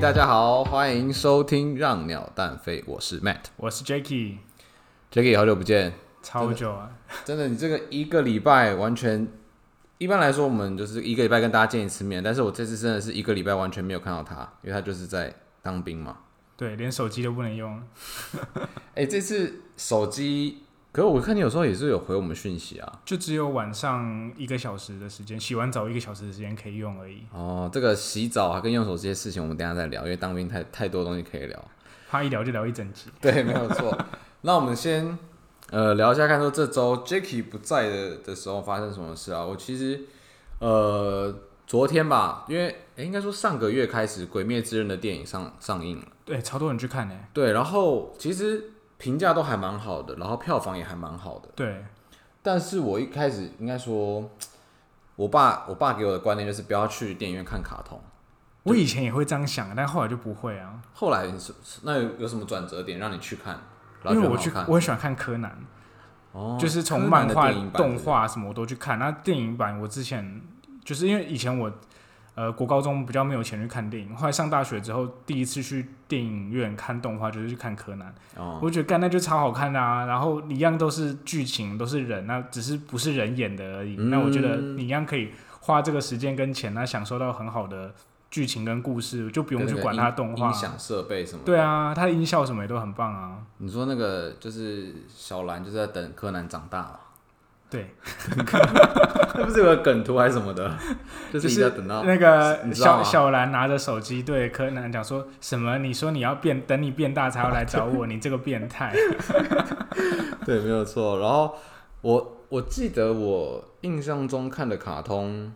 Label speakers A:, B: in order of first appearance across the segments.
A: 大家好，欢迎收听《让鸟蛋飞》，我是 Matt
B: 我是 Jacky，
A: Jacky，好久不见。
B: 超久啊，
A: 真的，你这个一个礼拜完全，一般来说我们就是一个礼拜跟大家见一次面，但是我这次真的是一个礼拜完全没有看到他，因为他就是在当兵嘛。
B: 对，连手机都不能用。
A: 哎、这次手机，可是我看你有时候也是有回我们讯息啊。
B: 就只有晚上一个小时的时间，洗完澡一个小时的时间可以用而已，
A: 哦，这个洗澡啊跟用手机的事情，我们等一下再聊，因为当兵太太多东西可以聊。
B: 怕一聊就聊一整集。
A: 对，没有错。那我们先呃聊一下，看说这周 Jacky 不在的的时候发生什么事啊？我其实呃昨天吧，因为、诶应该说上个月开始，《鬼灭之刃》的电影上上映了，
B: 对，超多人去看呢、欸
A: 对，然后其实评价都还蛮好的，然后票房也还蛮好的。
B: 对，
A: 但是我一开始应该说，我爸我爸给我的观念就是不要去电影院看卡通。
B: 我以前也会这样想，但后来就不会啊，
A: 后来你是是那有有什么转折点让你去看？然
B: 因
A: 后觉得很
B: 为我
A: 好
B: 去
A: 看，
B: 我很喜欢看柯南，
A: 哦
B: 就是从
A: 柯南
B: 漫
A: 的
B: 画
A: 电影、版是
B: 动
A: 不是
B: 画什么我都去看。那电影版我之前就是因为以前我呃国高中比较没有钱去看电影，后来上大学之后第一次去电影院看动画就是去看柯南，
A: 哦，
B: 我觉得干那就超好看的啊。然后一样都是剧情都是人，那只是不是人演的而已。
A: 嗯
B: 那我觉得你一样可以花这个时间跟钱，那享受到很好的剧情跟故事，就不用
A: 跟
B: 去
A: 那个
B: 管
A: 音
B: 它动画
A: 音。响设备什么的。
B: 对，啊，它的音效什么也都很棒啊。
A: 你说那个就是小兰就是在等柯南长大嘛？
B: 对，
A: 那不 是有个梗图还是什么 的？就是一直在等到
B: 那个
A: 你知道
B: 小
A: 吗
B: 小兰拿着手机对柯南讲说什么？你说你要变，等你变大才要来找我，你这个变 态。
A: 对，没有错。然后我我记得我印象中看的卡通，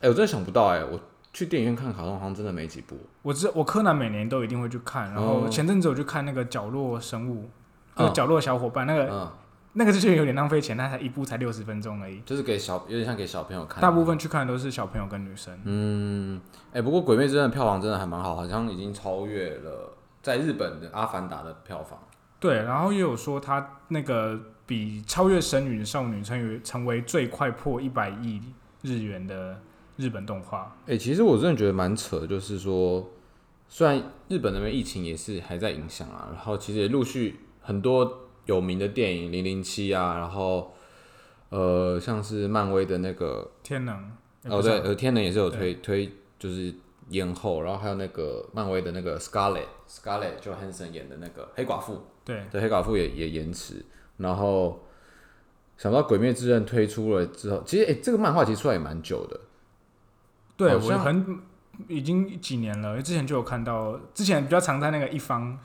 A: 哎、我真的想不到哎、我去电影院看卡通好像真的没几部。
B: 我知我柯南每年都一定会去看，然后
A: 哦
B: 前阵子我去看那个角落生物，那
A: 嗯
B: 个角落小伙伴那个
A: 嗯，
B: 那个就是有点浪费钱，它才一部才六十分钟而已。
A: 就是给小有点像给小朋友看。
B: 大部分去看的都是小朋友跟女生，
A: 嗯，哎、不过《鬼灭之刃》的票房真的还蛮好，好像已经超越了在日本的《阿凡达》的票房。
B: 对，然后也有说它那个比超越《神与少女》成为成为最快破一百亿日元的日本动画。
A: 哎、其实我真的觉得蛮扯的，就是说，虽然日本那边疫情也是还在影响啊，然后其实也陆续很多有名的电影《零零七》啊，然后呃，像是漫威的那个
B: 天能
A: 哦
B: 啊
A: 对，，呃，天能也是有推
B: 对
A: 推，就是延后，然后还有那个漫威的那个 Scarlett Scarlett Johansson 演的那个黑寡妇，
B: 对
A: 对，黑寡妇也也延迟，然后想到《鬼灭之刃》推出了之后，其实哎、这个漫画其实出来也蛮久的，
B: 对，
A: 好像
B: 我很已经几年了，之前就有看到，之前比较常在那个一方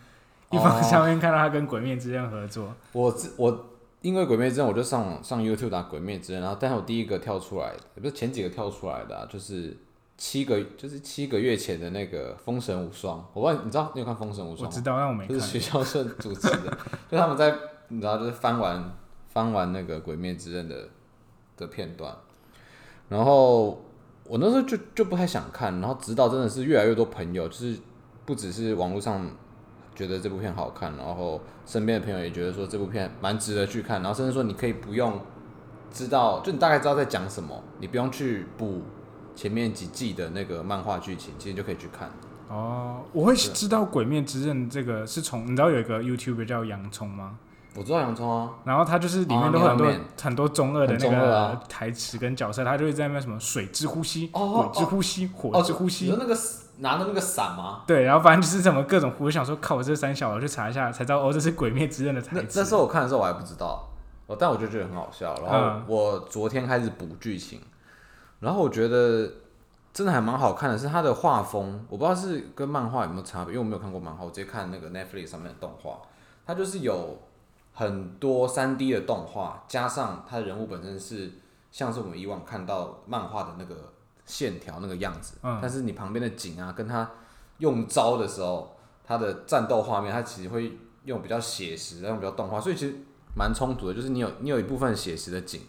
B: 一
A: 哦
B: 方上面看到他跟《鬼灭之刃》合作。
A: 我自我因为《鬼灭之刃》，我就上网上 YouTube 打《鬼灭之刃》，然后但是我第一个跳出来的，也不是前几个跳出来的、啊，就是七个就是七个月前的那个《封神无双》，我问你知道你有看《封神无
B: 我
A: 双》
B: 知
A: 吗？
B: 道，但我没
A: 就
B: 看
A: 是。徐孝顺主持的，就他们在你知道就是翻完翻完那个《鬼灭之刃的》的片段，然后我那时候就就不太想看，然后直到真的是越来越多朋友，就是不只是网络上觉得这部片好看，然后身边的朋友也觉得说这部片蛮值得去看，然后甚至说你可以不用知道，就你大概知道在讲什么，你不用去补前面几季的那个漫画剧情，其实就可以去看。
B: 哦，我会知道《鬼灭之刃》这个是从你知道有一个 YouTube 叫洋葱吗？
A: 我知道洋葱啊，
B: 然后它就是里
A: 哦
B: 面都会很
A: 牛
B: 多、
A: 肉面
B: 很多中二的
A: 很
B: 那
A: 中二啊
B: 个台词跟角色，他就会在那边什么水之呼吸、
A: 哦
B: 鬼之呼吸、
A: 哦
B: 火之呼
A: 你
B: 吸，
A: 说那个拿的那个伞吗？
B: 对，然后反正就是什么各种呼。我想说，靠，我这三小我去查一下才知道，哦，这是《鬼灭之刃》的
A: 那
B: 台词。
A: 那时候我看的时候我还不知道，哦，但我就觉得很好笑。然后
B: 嗯
A: 我昨天开始补剧情，然后我觉得真的还蛮好看的，是它的画风，我不知道是跟漫画有没有差别，因为我没有看过漫画，我直接看那个 Netflix 上面的动画，它就是有很多三 D 的动画，加上它的人物本身是像是我们以往看到漫画的那个线条那个样子，
B: 嗯
A: 但是你旁边的景啊，跟它用招的时候，它的战斗画面，它其实会用比较写实，用比较动画，所以其实蛮冲突的。就是你有你有一部分写实的景，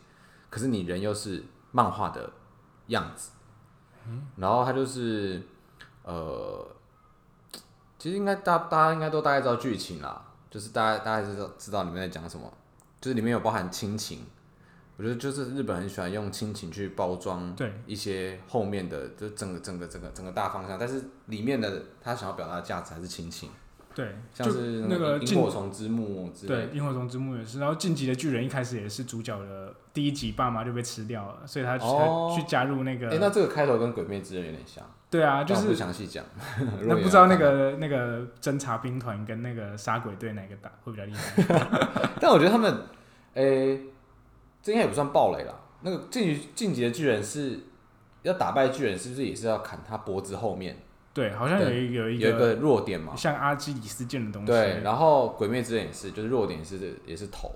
A: 可是你人又是漫画的样子，然后它就是呃，其实应该大大家应该都大概知道剧情啦，就是大家大概知道知道里面在讲什么，就是里面有包含亲情，我觉得就是日本很喜欢用亲情去包装
B: 对
A: 一些后面的，就整个整个整个整个大方向，但是里面的他想要表达的价值还是亲情，
B: 对，
A: 像
B: 就是那个
A: 萤
B: 进
A: 火虫之墓之类
B: 对
A: 的，
B: 萤火虫之墓也是，然后晋级的巨人一开始也是主角的第一集爸妈就被吃掉了，所以他
A: 哦
B: 才去加入那
A: 哎、
B: 个，
A: 那这个开头跟《鬼灭之刃》有点像，
B: 对啊，就
A: 但我
B: 是
A: 不详细 讲。如
B: 那
A: 果有
B: 不
A: 人
B: 知道那
A: 啊看到，
B: 个那个侦察兵团跟那个杀鬼队哪个打会比较厉害？
A: 但我觉得他们，哎、这应该也不算暴雷啦。那个进进击的巨人是要打败巨人，是不是也是要砍他脖子后面
B: 对，好像有一有一
A: 有一
B: 个
A: 个弱点嘛？
B: 像阿基里斯腱的东西，
A: 对，然后《鬼灭之刃》也是，就是弱点是也是头，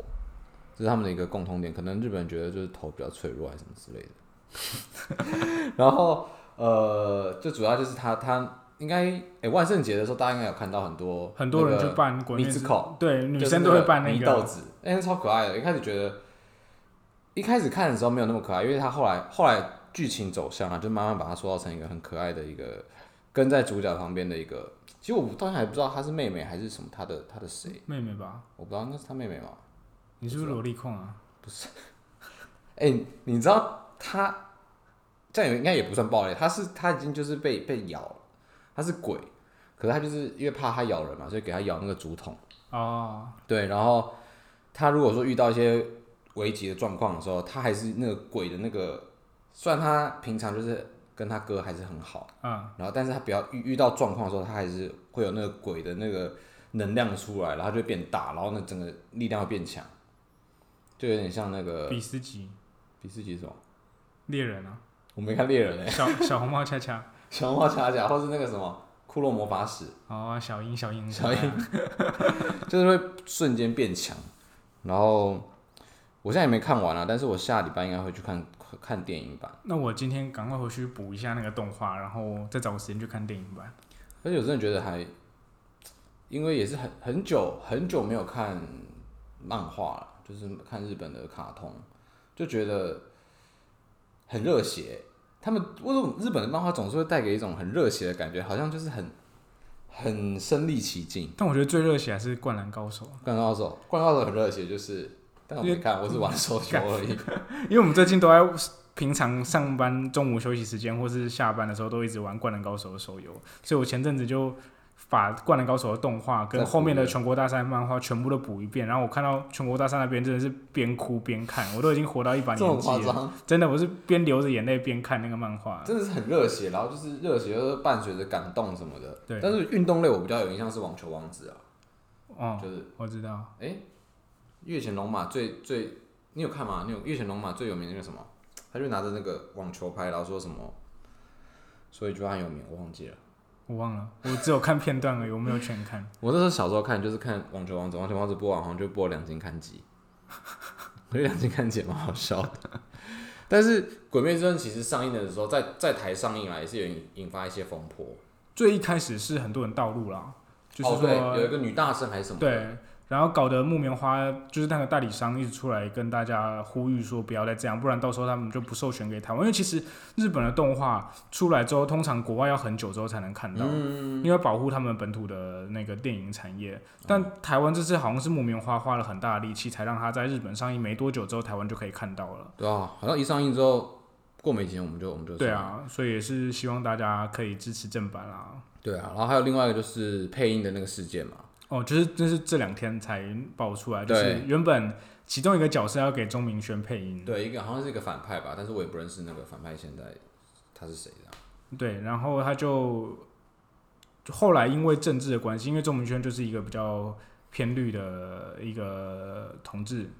A: 这是他们的一个共同点。可能日本人觉得就是头比较脆弱，还是什么之类的。 然后呃，最主要就是他他应该哎、诶万圣节的时候，大家应该有看到很多
B: 很多人就扮鬼
A: 迷
B: 灭
A: 之
B: 之
A: 口，
B: 对，女
A: 就是
B: 生
A: 那
B: 都会
A: 个
B: 扮那
A: 祢豆
B: 个，
A: 子，哎、那超可爱的。一开始觉得一开始看的时候没有那么可爱，因为他后来后来剧情走向啊，就慢慢把它塑造成一个很可爱的一个跟在主角旁边的一个。其实我当时还不知道她是妹妹还是什么，她的她的谁。
B: 妹妹吧？
A: 我不知道应该是他妹妹吧？
B: 你是不是萝莉控啊？
A: 哎、你知道他这样也应该也不算暴雷，他是他已经就是被被咬了，他是鬼，可是他就是因为怕他咬人嘛，所以给他咬那个竹筒。
B: 哦，
A: 对，然后他如果说遇到一些危急的状况的时候，他还是那个鬼的那个，虽然他平常就是跟他哥还是很好，
B: 嗯，
A: 然后但是他比较遇遇到状况的时候，他还是会有那个鬼的那个能量出来，然后他就会变大，然后呢整个力量会变强，就有点像那个
B: 比斯吉
A: 比斯吉是什么？
B: 猎人啊，
A: 我没看猎人哎、欸，
B: 小小红帽恰恰，
A: 小猫卡甲或是那个什么骷髅魔法使，
B: 哦，小樱小樱
A: 小
B: 樱，
A: 就是会瞬间变强。然后我现在也没看完啊，但是我下礼拜应该会去看看电影版。
B: 那我今天赶快回去补一下那个动画，然后再找个时间去看电影版。
A: 而且我真的觉得还，因为也是很很久很久没有看漫画了，就是看日本的卡通，就觉得很热血。他们为什么日本的漫画总是会带给一种很热血的感觉，好像就是很很身临其境。
B: 但我觉得最热血还是《灌篮高手
A: 灌篮高手，灌篮高手很热血，就是，但我没看，我只玩手球而 已。》，
B: 因为我们最近都在平常上班、中午休息时间或是下班的时候都一直玩《灌篮高手》的手游，所以我前阵子就把《灌篮高手》的动画跟
A: 再补
B: 后面的
A: 一遍
B: 全国大赛漫画全部都补一遍。然后我看到全国大赛那边真的是边哭边看，我都已经活到一把
A: 这么
B: 年纪
A: 夸
B: 了，
A: 张，
B: 真的我是边流着眼泪边看那个漫画。
A: 真的是很热血，然后就是热血，又是伴随着感动什么的。
B: 对
A: 但是运动类我比较有印象是网球王子啊，
B: 哦，
A: 就是
B: 我知道，
A: 哎，月前龙马最最，你有看吗？你有月前龙马最有名的那个什么？他就拿着那个网球拍，然后说什么，说一句话很有名，我忘记了。
B: 我忘了，我只有看片段而已，我没有全看。
A: 我那时候小时候看就是看网球王子，网球王子播完好像就播了两金看集，我觉得两金看集也蛮好笑的。但是《鬼灭之刃》其实上映的时候，在在台上映来也是有引引发一些风波，
B: 最一开始是很多人道路啦，就是
A: 哦
B: 说、
A: 对，有一个女大生还是什么，，
B: 对，然后搞得木棉花就是那个代理商一直出来跟大家呼吁说不要再这样，不然到时候他们就不授权给台湾。因为其实日本的动画出来之后，通常国外要很久之后才能看到，
A: 嗯
B: 因为保护他们本土的那个电影产业。但台湾这次好像是木棉花花了很大的力气，才让它在日本上映没多久之后，台湾就可以看到了。
A: 对啊，好像一上映之后，过没几天我们就我们就
B: 对
A: 上映，
B: 啊，所以也是希望大家可以支持正版啦。
A: 对啊，然后还有另外一个就是配音的那个事件嘛，
B: 哦，就是就是这两天才爆出来，就是
A: 对
B: 原本其中一个角色要给钟明轩配音，
A: 对，一个好像是一个反派吧，但是我也不认识那个反派现在他是谁的，
B: 对，然后他就后来因为政治的关系，因为钟明轩就是一个比较偏绿的一个同志，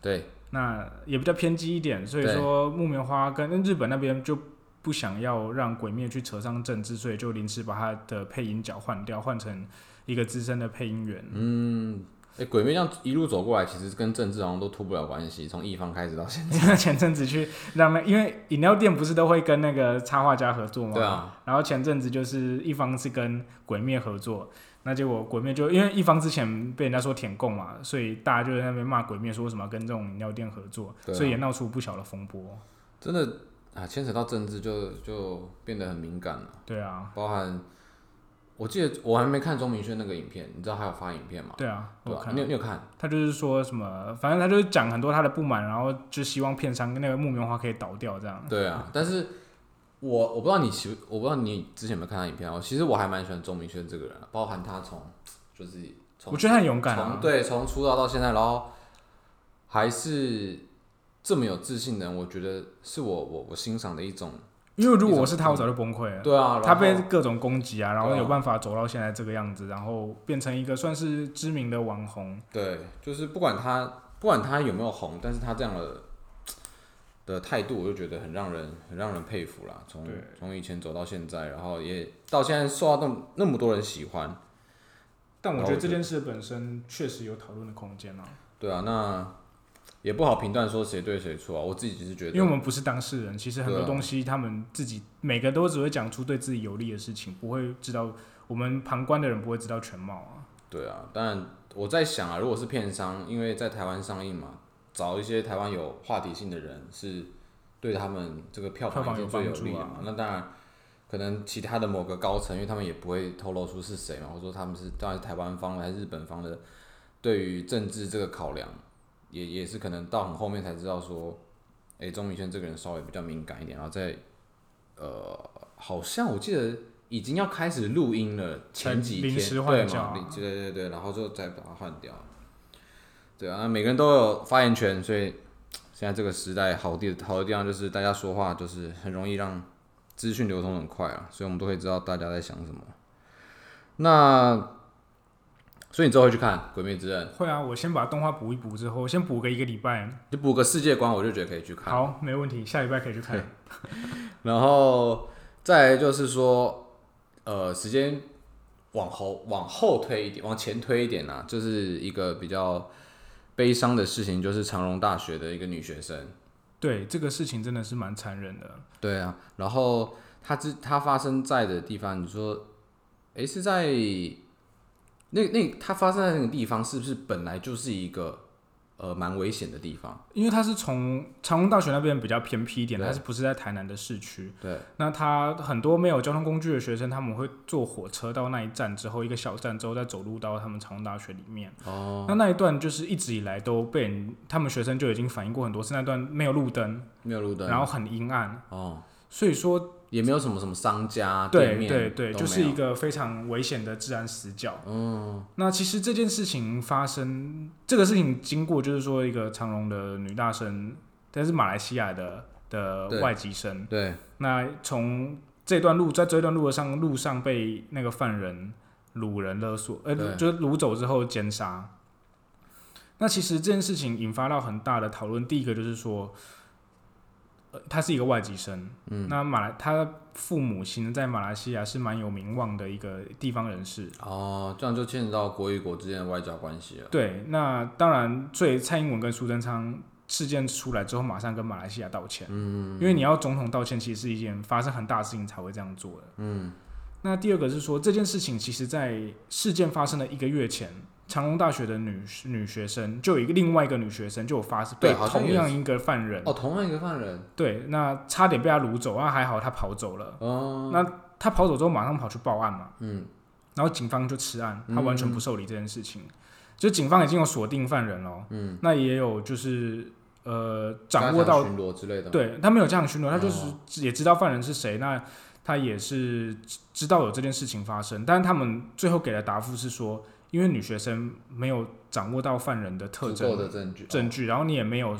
A: 对，
B: 那也比较偏激一点，所以
A: 对
B: 说木棉花跟日本那边就不想要让鬼灭去扯上政治，所以就临时把他的配音角换掉，换成一个资深的配音员。
A: 嗯，哎、鬼灭这样一路走过来，其实跟政治好像都脱不了关系，从一方开始到 现在。
B: 他前阵子去让那，因为饮料店不是都会跟那个插画家合作吗？
A: 对啊，
B: 然后前阵子就是一方是跟鬼灭合作，那结果鬼灭就因为一方之前被人家说舔共嘛，所以大家就在那边骂鬼灭说什么跟这种饮料店合作，
A: 对啊
B: 所以也闹出不小的风波。
A: 真的啊，牵扯到政治就就变得很敏感了，
B: 对啊，
A: 包含我记得我还没看钟明轩那个影片，你知道他有发影片吗？
B: 对啊，
A: 对
B: 我
A: 吧？
B: 看
A: 你有你有看？
B: 他就是说什么，反正他就是讲很多他的不满，然后就希望片商跟那个木棉花可以倒掉这样。
A: 对啊， 但是我我不知道你喜，我不知道你之前有没有看他影片哦。其实我还蛮喜欢钟明轩这个人啊，包含他从就是从
B: 我觉得他很勇敢
A: 从
B: 啊，
A: 对从出道到现在，然后还是这么有自信的人，我觉得是我我我欣赏的一种。
B: 因为如果我
A: 嗯
B: 是他，我早就崩溃了。
A: 对啊，然
B: 他
A: 后
B: 被各种攻击啊，然后
A: 对啊
B: 有办法走到现在这个样子，然后变成一个算是知名的网红。
A: 对，就是不管他不管他有没有红，但是他这样的的态度，我就觉得很让人很让人佩服啦。从
B: 对
A: 从以前走到现在，然后也到现在受到那么那么多人喜欢，
B: 但我
A: 然
B: 觉
A: 后
B: 得
A: 我
B: 这
A: 觉
B: 件事本身确实有讨论的空间啊，
A: 对啊，那也不好评断说谁对谁错啊。我自己只是觉
B: 因为我
A: 得，
B: 们不是当事人，其实很多
A: 对啊
B: 东西他们自己每个都只会讲出对自己有利的事情，不会知道我们旁观的人不会知道全貌啊。
A: 对啊，但我在想啊，如果是片商，因为在台湾上映嘛，找一些台湾有话题性的人是对他们这个票
B: 票
A: 房
B: 房
A: 一定最有
B: 有帮助
A: 利的
B: 啊
A: 嘛。那当然，可能其他的某个高层，因为他们也不会透露出是谁嘛，或者说他们是到底是台湾方的还是日本方的，对于政治这个考量，也也是可能到很后面才知道说，哎、钟明轩这个人稍微比较敏感一点，然后再呃，好像我记得已经要开始录音了，前几天
B: 临时
A: 对
B: 换角
A: 嘛
B: 啊，
A: 临对对对，然后就再把它换掉。对啊，那每个人都有发言权，所以现在这个时代好地好的地方就是大家说话就是很容易让资讯流通很快啊，所以我们都会知道大家在想什么。那所以你之后会去看《鬼灭之刃》，
B: 会啊，我先把动画补一补，之后先补个一个礼拜。
A: 就补个世界观，我就觉得可以去看。
B: 好，没问题，下礼拜可以去看。
A: 然后再来呃就是说，呃，时间往后往后推一点，往前推一点啊，就是一个比较悲伤的事情，就是长荣大学的一个女学生。
B: 对，这个事情真的是蛮残忍的。
A: 对啊，然后它之它发生在的地方，你说，诶，是在那那它发生在那个地方，是不是本来就是一个呃蛮危险的地方？
B: 因为它是从长隆大学那边比较偏僻一点，
A: 对
B: 它是不是在台南的市区？
A: 对，
B: 那他很多没有交通工具的学生，他们会坐火车到那一站之后，一个小站之后再走路到他们长隆大学里面。
A: 哦，
B: 那那一段就是一直以来都被人他们学生就已经反映过很多次，那段没有路灯，
A: 没有路灯，
B: 然后很阴暗，
A: 哦，
B: 所以说
A: 也没有什么什么商家店
B: 对
A: 面
B: 对对，
A: 都
B: 就是
A: 没
B: 一
A: 有
B: 个非常危险的治安死角。
A: 嗯
B: 那其实这件事情发生，这个事情经过就是说一个长隆的女大生，但是马来西亚的的
A: 对
B: 外籍生，
A: 对
B: 那从这段路在这段路上路上被那个犯人掳人勒索，呃，
A: 对
B: 就是掳走之后奸杀。那其实这件事情引发到很大的讨论，第一个就是说。呃，他是一个外籍生，嗯，那马来他父母亲在马来西亚是蛮有名望的一个地方人士，
A: 哦，这样就牵扯到国与国之间的外交关系了。
B: 对，那当然，最蔡英文跟苏贞昌事件出来之后，马上跟马来西亚道歉，嗯，因为你要总统道歉，其实是一件发生很大的事情才会这样做的，嗯。那第二个是说，这件事情其实在事件发生的一个月前，长隆大学的女女学生就有一个另外一个女学生就有发生
A: 对
B: 被
A: 好像
B: 同
A: 也
B: 样一个犯人，
A: 哦，同样一个犯人，
B: 对，那差点被他掳走，啊，还好他跑走了，
A: 哦，
B: 那他跑走之后马上跑去报案嘛，
A: 嗯，
B: 然后警方就吃案，他完全不受理这件事情。就警方已经有锁定犯人了，嗯，那也有就是呃掌
A: 加强
B: 握到，
A: 巡逻之类的，，
B: 对他没有这样巡逻，他就是
A: 哦
B: 也知道犯人是谁，那他也是知知道有这件事情发生，但是他们最后给的答复是说，因为女学生没有掌握到犯人的特
A: 足够
B: 征
A: 的证据，哦
B: 证
A: 据，
B: 据，然后你也没有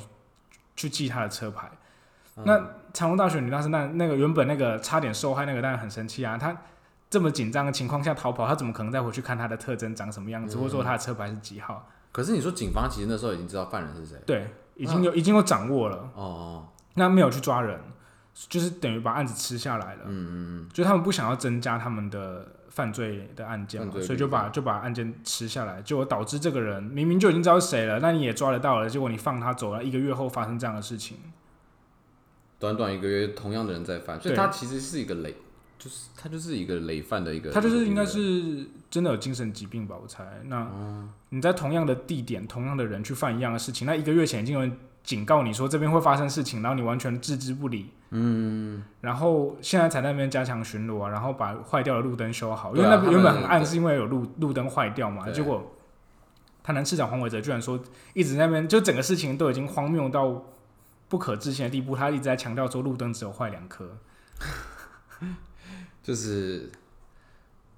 B: 去记他的车牌，
A: 嗯
B: 那长隆大学女大生，那那个原本那个差点受害那个，当然很生气啊。她这么紧张的情况下逃跑，她怎么可能再回去看她的特征长什么样
A: 嗯
B: 子，或者说她的车牌是几号？
A: 哦可是你说警方其实那时候已经知道犯人是谁，
B: 对，已经有、已经有掌握了，
A: 哦哦，
B: 那没有去抓人，就是等于把案子吃下来了。嗯嗯嗯，就他们不想要增加他们的犯罪的案件嘛
A: 犯，罪
B: 所以
A: 率
B: 就把就把案件吃下来，结果导致这个人明明就已经知道是谁了，那你也抓得到了，结果你放他走了，一个月后发生这样的事情。
A: 短短一个月，同样的人在犯，所以
B: 啊对
A: 他其实是一个累，就是他就是一个累犯的一个，
B: 他就是应该
A: 一个
B: 是真的有精神疾病
A: 哦
B: 吧，我猜。那你在同样的地点、同样的人去犯一样的事情，那一个月前已经有人警告你说这边会发生事情，然后你完全置之不理。嗯，然后现在才在那边加强巡逻啊，然后把坏掉的路灯修好，因为
A: 对啊
B: 那边原本很
A: 他们
B: 暗，是因为有路路灯坏掉嘛。
A: 对
B: 结果台南市长黄伟哲居然说，一直在那边就整个事情都已经荒谬到不可置信的地步，他一直在强调说路灯只有坏两颗。
A: 就是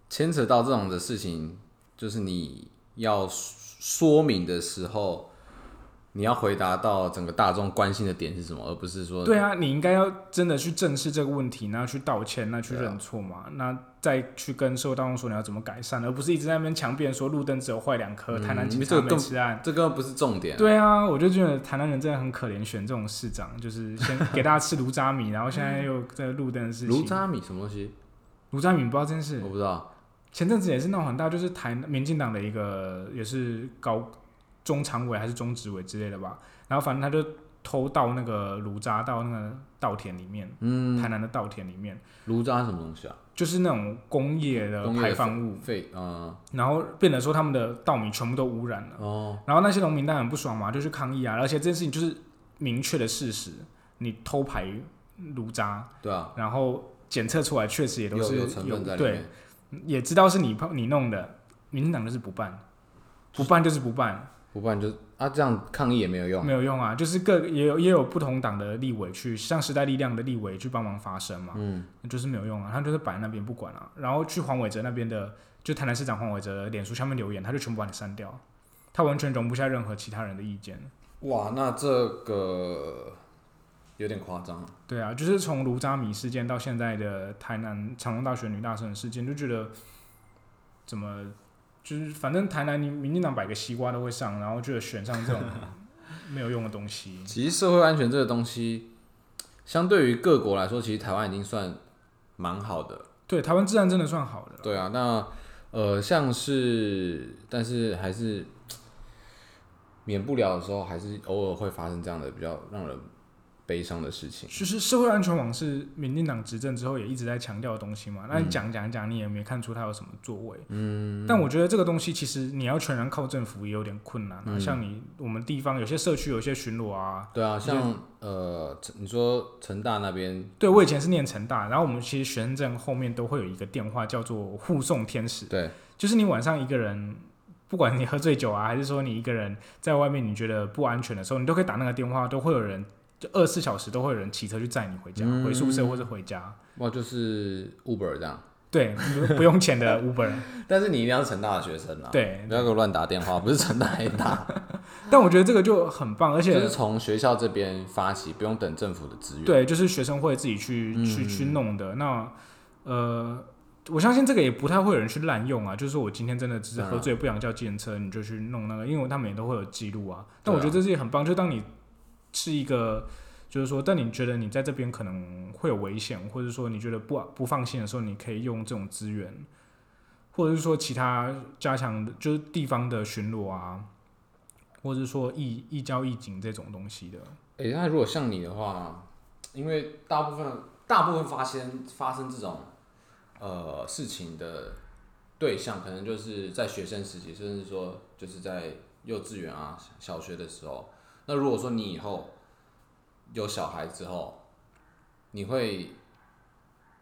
A: 牵扯到这种的事情，就是你要说明的时候，你要回答到整个大众关心的点是什么，而不是说
B: 对啊，你应该要真的去正视这个问题，那去道歉，那去
A: 对啊
B: 认错嘛，那再去跟社会大众说你要怎么改善，而不是一直在那边强辩说路灯只有坏两颗，
A: 嗯
B: 台南警
A: 这
B: 察
A: 个
B: 没
A: 更
B: 吃案。
A: 这根本不是重点啊、
B: 对啊，我就觉得台南人真的很可怜，选这种市长，就是先给大家吃炉渣米，然后现在又在路 灯的事情。
A: 卢渣米什么东西？
B: 炉渣米，你不知道这件事
A: 我？不知道。
B: 前阵子也是闹很大，就是台民进党的一个也是高中常委还是中执委之类的吧，然后反正他就偷到那个炉渣到那个稻田里面，
A: 嗯，
B: 台南的稻田里面，
A: 卢渣是什么东西啊？
B: 就是那种工业的
A: 工业的
B: 啊排放物，
A: 废，嗯，
B: 然后变得说他们的稻米全部都污染了，
A: 哦，
B: 然后那些农民当然很不爽嘛，就去抗议啊，而且这件事情就是明确的事实，你偷排炉渣，
A: 对啊，
B: 然后检测出来确实也
A: 有
B: 都是
A: 有成分在里
B: 对
A: 面，，
B: 也知道是你碰你弄的，民进党就是不办，不办就是不办，
A: 不然就啊这样抗议也没有用。
B: 没有用啊，就是各也有也有不同党的立委去，像时代力量的立委去帮忙发声嘛，
A: 嗯，
B: 就是没有用啊，他就是摆在那边不管啊，然后去黄伟哲那边的，就台南市长黄伟哲的脸书下面留言，他就全部把你删掉，他完全容不下任何其他人的意见。
A: 哇，那这个有点夸张啊。
B: 对啊，就是从卢渣米事件到现在的台南长隆大学女大生的事件，就觉得怎么就是反正台南民民进党摆个西瓜都会上，然后就选上这种没有用的东西。
A: 其实社会安全这个东西，相对于各国来说，其实台湾已经算蛮好的。
B: 对，台湾治安真的算好的了。
A: 对啊，那呃，像是，但是还是免不了的时候，还是偶尔会发生这样的比较让人悲伤的事情。
B: 就是社会安全网是民进党执政之后也一直在强调的东西嘛，那你讲讲讲，你也没看出它有什么作为。嗯，但我觉得这个东西其实你要全然靠政府也有点困难、啊。像你我们地方有些社区有一些巡逻啊，
A: 对啊，像呃，成你说成大那边，
B: 对我以前是念成大，然后我们其实学生证后面都会有一个电话叫做护送天使，
A: 对，
B: 就是你晚上一个人，不管你喝醉酒啊，还是说你一个人在外面你觉得不安全的时候，你都可以打那个电话，都会有人。就二十四小时都会有人骑车去载你回家，
A: 嗯
B: 回宿舍或者回家。
A: 哇，就是 Uber 这样，
B: 对，不不用钱的 Uber，
A: 但是你一定要是成大的学生啊，，
B: 对
A: 不。要给我乱打电话，不是 成大还打，
B: 但我觉得这个就很棒，而
A: 就
B: 且
A: 是从学校这边发起，不用等政府的资源。
B: 对，就是学生会自己去、去去弄的。那呃，我相信这个也不太会有人去滥用啊。就是说我今天真的只是喝醉，不想叫计程车，你就去弄那个，因为他们也都会有记录啊。但我觉得这是也很棒，就当你是一个。就是说，但你觉得你在这边可能会有危险，或者说你觉得不不放心的时候，你可以用这种资源，或者是说其他加强的，就是地方的巡逻啊，或者是说义义交义警这种东西的。
A: 诶，那如果像你的话，因为大部分大部分发生发生这种呃事情的对象，可能就是在学生时期，甚至说就是在幼稚园啊、小学的时候。那如果说你以后有小孩之后，你会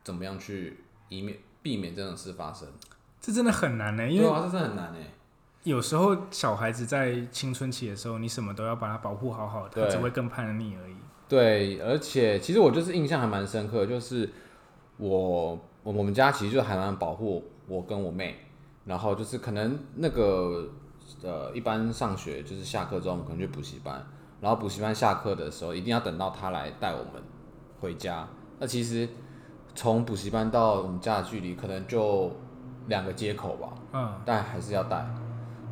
A: 怎么样去以免避免这种事发生？
B: 这真的很难呢、因
A: 对
B: 为
A: 啊，这真的很难诶。
B: 有时候小孩子在青春期的时候，你什么都要把他保护好好的，
A: 对
B: 他只会更叛逆而已。
A: 对，而且其实我就是印象还蛮深刻，就是我我我们家其实就还蛮保护我跟我妹，然后就是可能那个呃一般上学就是下课之后我们可能去补习班，然后补习班下课的时候一定要等到她来带我们回家。那其实从补习班到我们家的距离可能就两个街口吧，
B: 嗯，
A: 但还是要带。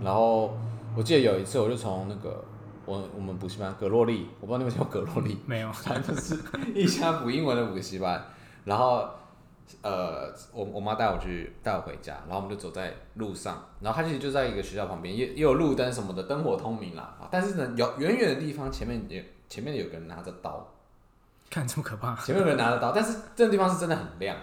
A: 然后我记得有一次，我就从那个我我们补习班葛洛丽，我不知道你们有没有听过葛洛丽，
B: 没有，
A: 反正就是 一家补英文的补习班。然后，呃，我我妈带我去带我回家，然后我们就走在路上，然后它其实就在一个学校旁边，也也有路灯什么的，灯火通明啦。啊但是呢，有远远的地方前面有前面有个人拿着刀，
B: 看这么可怕。
A: 前面有人拿得到，但是这个地方是真的很亮，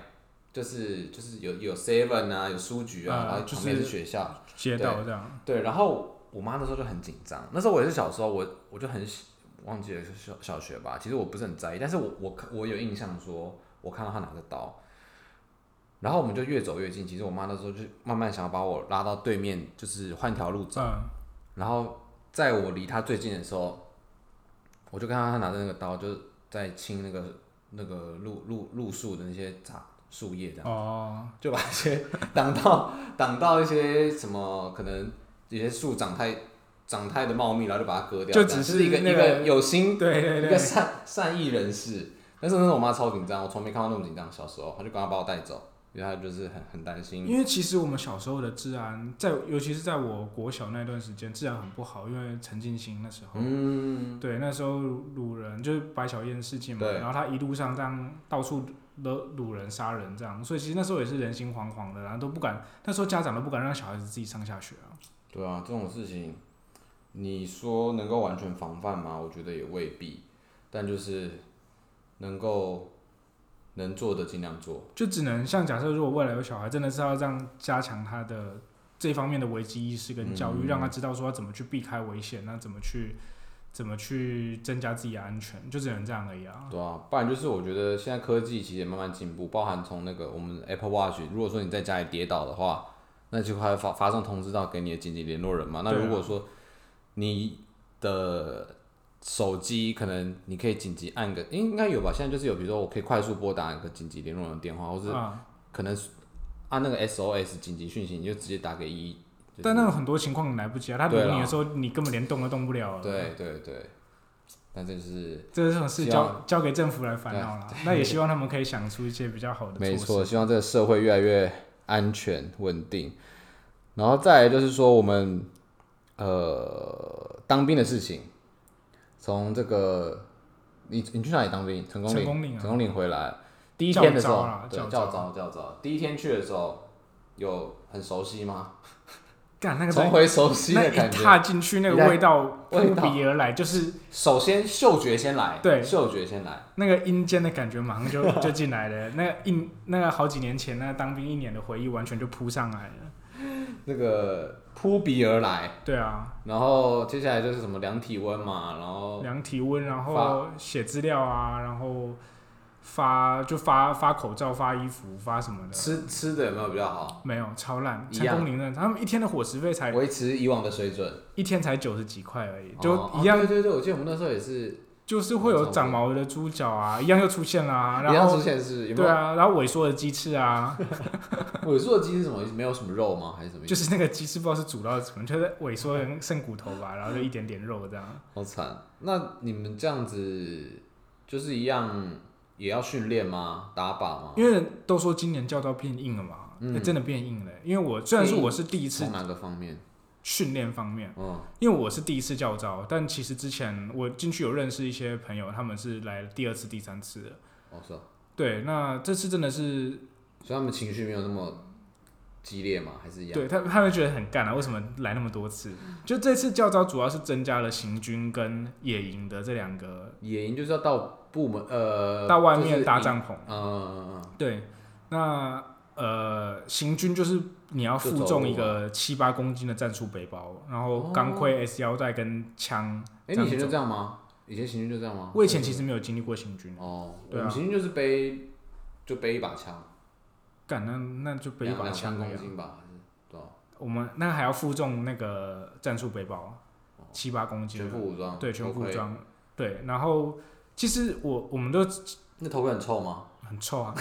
A: 就是就是有有 seven 啊，有书局啊，
B: 啊
A: 然后
B: 就是
A: 旁边是学校，
B: 街道这样，
A: 对，然后我妈那时候就很紧张，那时候我也是小时候，我我就很喜忘记了是小小学吧，其实我不是很在意，但是我我看我有印象说，我看到他拿着刀，然后我们就越走越近。其实我妈那时候就慢慢想要把我拉到对面，就是换条路走。
B: 嗯，
A: 然后在我离他最近的时候，我就看到他拿着那个刀，就是在清那个那个路路路树的那些杂树叶这样。
B: 哦，
A: 就把一些 挡到挡到一些什么，可能一些树长太长太的茂密，然后就把它割掉，
B: 就
A: 这样
B: 只
A: 就是是一个
B: 那
A: 一
B: 个
A: 个有心
B: 对对
A: 一
B: 对
A: 个，善善意人士。但是那时候我妈超紧张，我从没看到那么紧张。小时候，她就赶快把我带走，因为她就是很很担心。
B: 因为其实我们小时候的治安，在尤其是在我国小那段时间，治安很不好，因为陈进兴那时候，
A: 嗯，
B: 对，那时候掳人就是白小燕事件嘛，
A: 对
B: 然后他一路上这样到处的掳人、杀人这样，所以其实那时候也是人心惶惶的，然后都不敢，那时候家长都不敢让小孩子自己上下学啊。
A: 对啊，这种事情，你说能够完全防范吗？我觉得也未必，但就是能够能做的尽量做。
B: 就只能像假设，如果未来有小孩，真的是要让加强他的这方面的危机意识跟教育，
A: 嗯
B: 让他知道说要怎么去避开危险，那怎么去怎么去增加自己的安全，就只能这样而已啊。
A: 对啊，不然就是我觉得现在科技其实也慢慢进步，包含从那个我们 Apple Watch，如果说你在家里跌倒的话，那就还会发发送通知到给你的紧急联络人嘛。那
B: 对啊
A: 如果说你的手机可能你可以紧急按个，诶应该有吧？现在就是有，比如说我可以快速拨打一个紧急联络人的电话，或是
B: 啊、
A: 可能是按那个 SOS 紧急讯息，你就直接打给一、就是
B: 但那种很多情况来不及啊，他堵
A: 对啦
B: 你的时候，你根本连动都动不了了。，
A: 对对对，但这就是
B: 这种事
A: 希
B: 交
A: 望
B: 交给政府来烦恼了。那也希望他们可以想出一些比较好的
A: 没
B: 措
A: 错，
B: 施。
A: 希望这个社会越来越安全稳定。然后再来就是说我们呃当兵的事情，从这个你你去哪里当兵？成功
B: 成
A: 岭，
B: 功岭
A: 成
B: 啊，
A: 功岭回来第一天的时
B: 教招
A: 候
B: 啦，
A: 对
B: 啊教
A: 教
B: 招
A: 招教招，第一天去的时候有很熟悉吗？
B: 干那个
A: 重
B: 东
A: 回熟悉
B: 那
A: 的
B: 一
A: 感觉。
B: 踏进去，那个
A: 一来
B: 味道
A: 味
B: 扑
A: 道
B: 鼻而来，就是
A: 首先嗅觉先来，
B: 对
A: 嗅觉先来，
B: 那个阴间的感觉，马上就 就进来了。那个一那个好几年前那个当兵一年的回忆，完全就扑上来了。
A: 那个扑鼻而来。
B: 对啊，
A: 然后接下来就是什么量体温嘛，然后
B: 量体温，然后写资料啊，然后发就发发口罩、发衣服、发什么的。
A: 吃吃的有没有比较好？
B: 没有，超烂，
A: 一
B: 成
A: 样
B: 功零的，他们一天的伙食费才
A: 维持以往的水准，
B: 一天才九十几块而已，
A: 哦
B: 就
A: 哦
B: 一样，
A: 对对对，我记得我们那时候也是
B: 就是会有长毛的猪脚啊，一样又出现啦，
A: 一
B: 然
A: 样出
B: 后
A: 现是有没
B: 对
A: 有？
B: 啊，然后萎缩的鸡 翅啊，
A: 我做的鸡是什么意思？没有什么肉吗？还是什么意思？
B: 就是那个鸡翅不知道是煮到什么，就是萎缩成剩骨头吧，然后就一点点肉这样。
A: 好惨。那你们这样子就是一样也要训练吗？打靶吗？
B: 因为都说今年教招变硬了嘛，欸
A: 嗯哦
B: 那真的变硬了。因为我虽然说我是第一次
A: 从哪个方面？
B: 训练方面，
A: 嗯，
B: 因为我是第一次教招，但其实之前我进去有认识一些朋友，他们是来第二次、第三次的。
A: 哦是哦，
B: 对，那这次真的是
A: 所以他们情绪没有那么激烈吗？还是一样？
B: 对他，他们觉得很干啊，为什么来那么多次？就这次教招主要是增加了行军跟野营的这两个，
A: 野营就是要到部门呃，
B: 到外
A: 就是
B: 面
A: 你
B: 搭。帐篷。
A: 嗯嗯嗯
B: 对，那呃，行军就是你要
A: 就
B: 负
A: 走
B: 重
A: 路哦
B: 一
A: 啊
B: 个七八公斤的战术背包，然后钢盔、S 腰带跟枪。
A: 嗯，哎，你以前就这样吗？以前行军就这样吗？
B: 我以前其实没有经历过行军，
A: 哦，我
B: 对啊
A: 们行军就是背就背一把枪。
B: 干那那就背一
A: 两
B: 把
A: 两
B: 枪
A: 三
B: 而已
A: 公
B: 啊。
A: 斤吧，还是多少？
B: 我们那还要负重那个战术背包，七八公斤
A: 哦全副
B: 的，
A: 武装，
B: 对，全
A: 头
B: 副
A: 盔。
B: 装，对，然后。其实我我们都
A: 那头盔很臭 吗？
B: 很臭啊。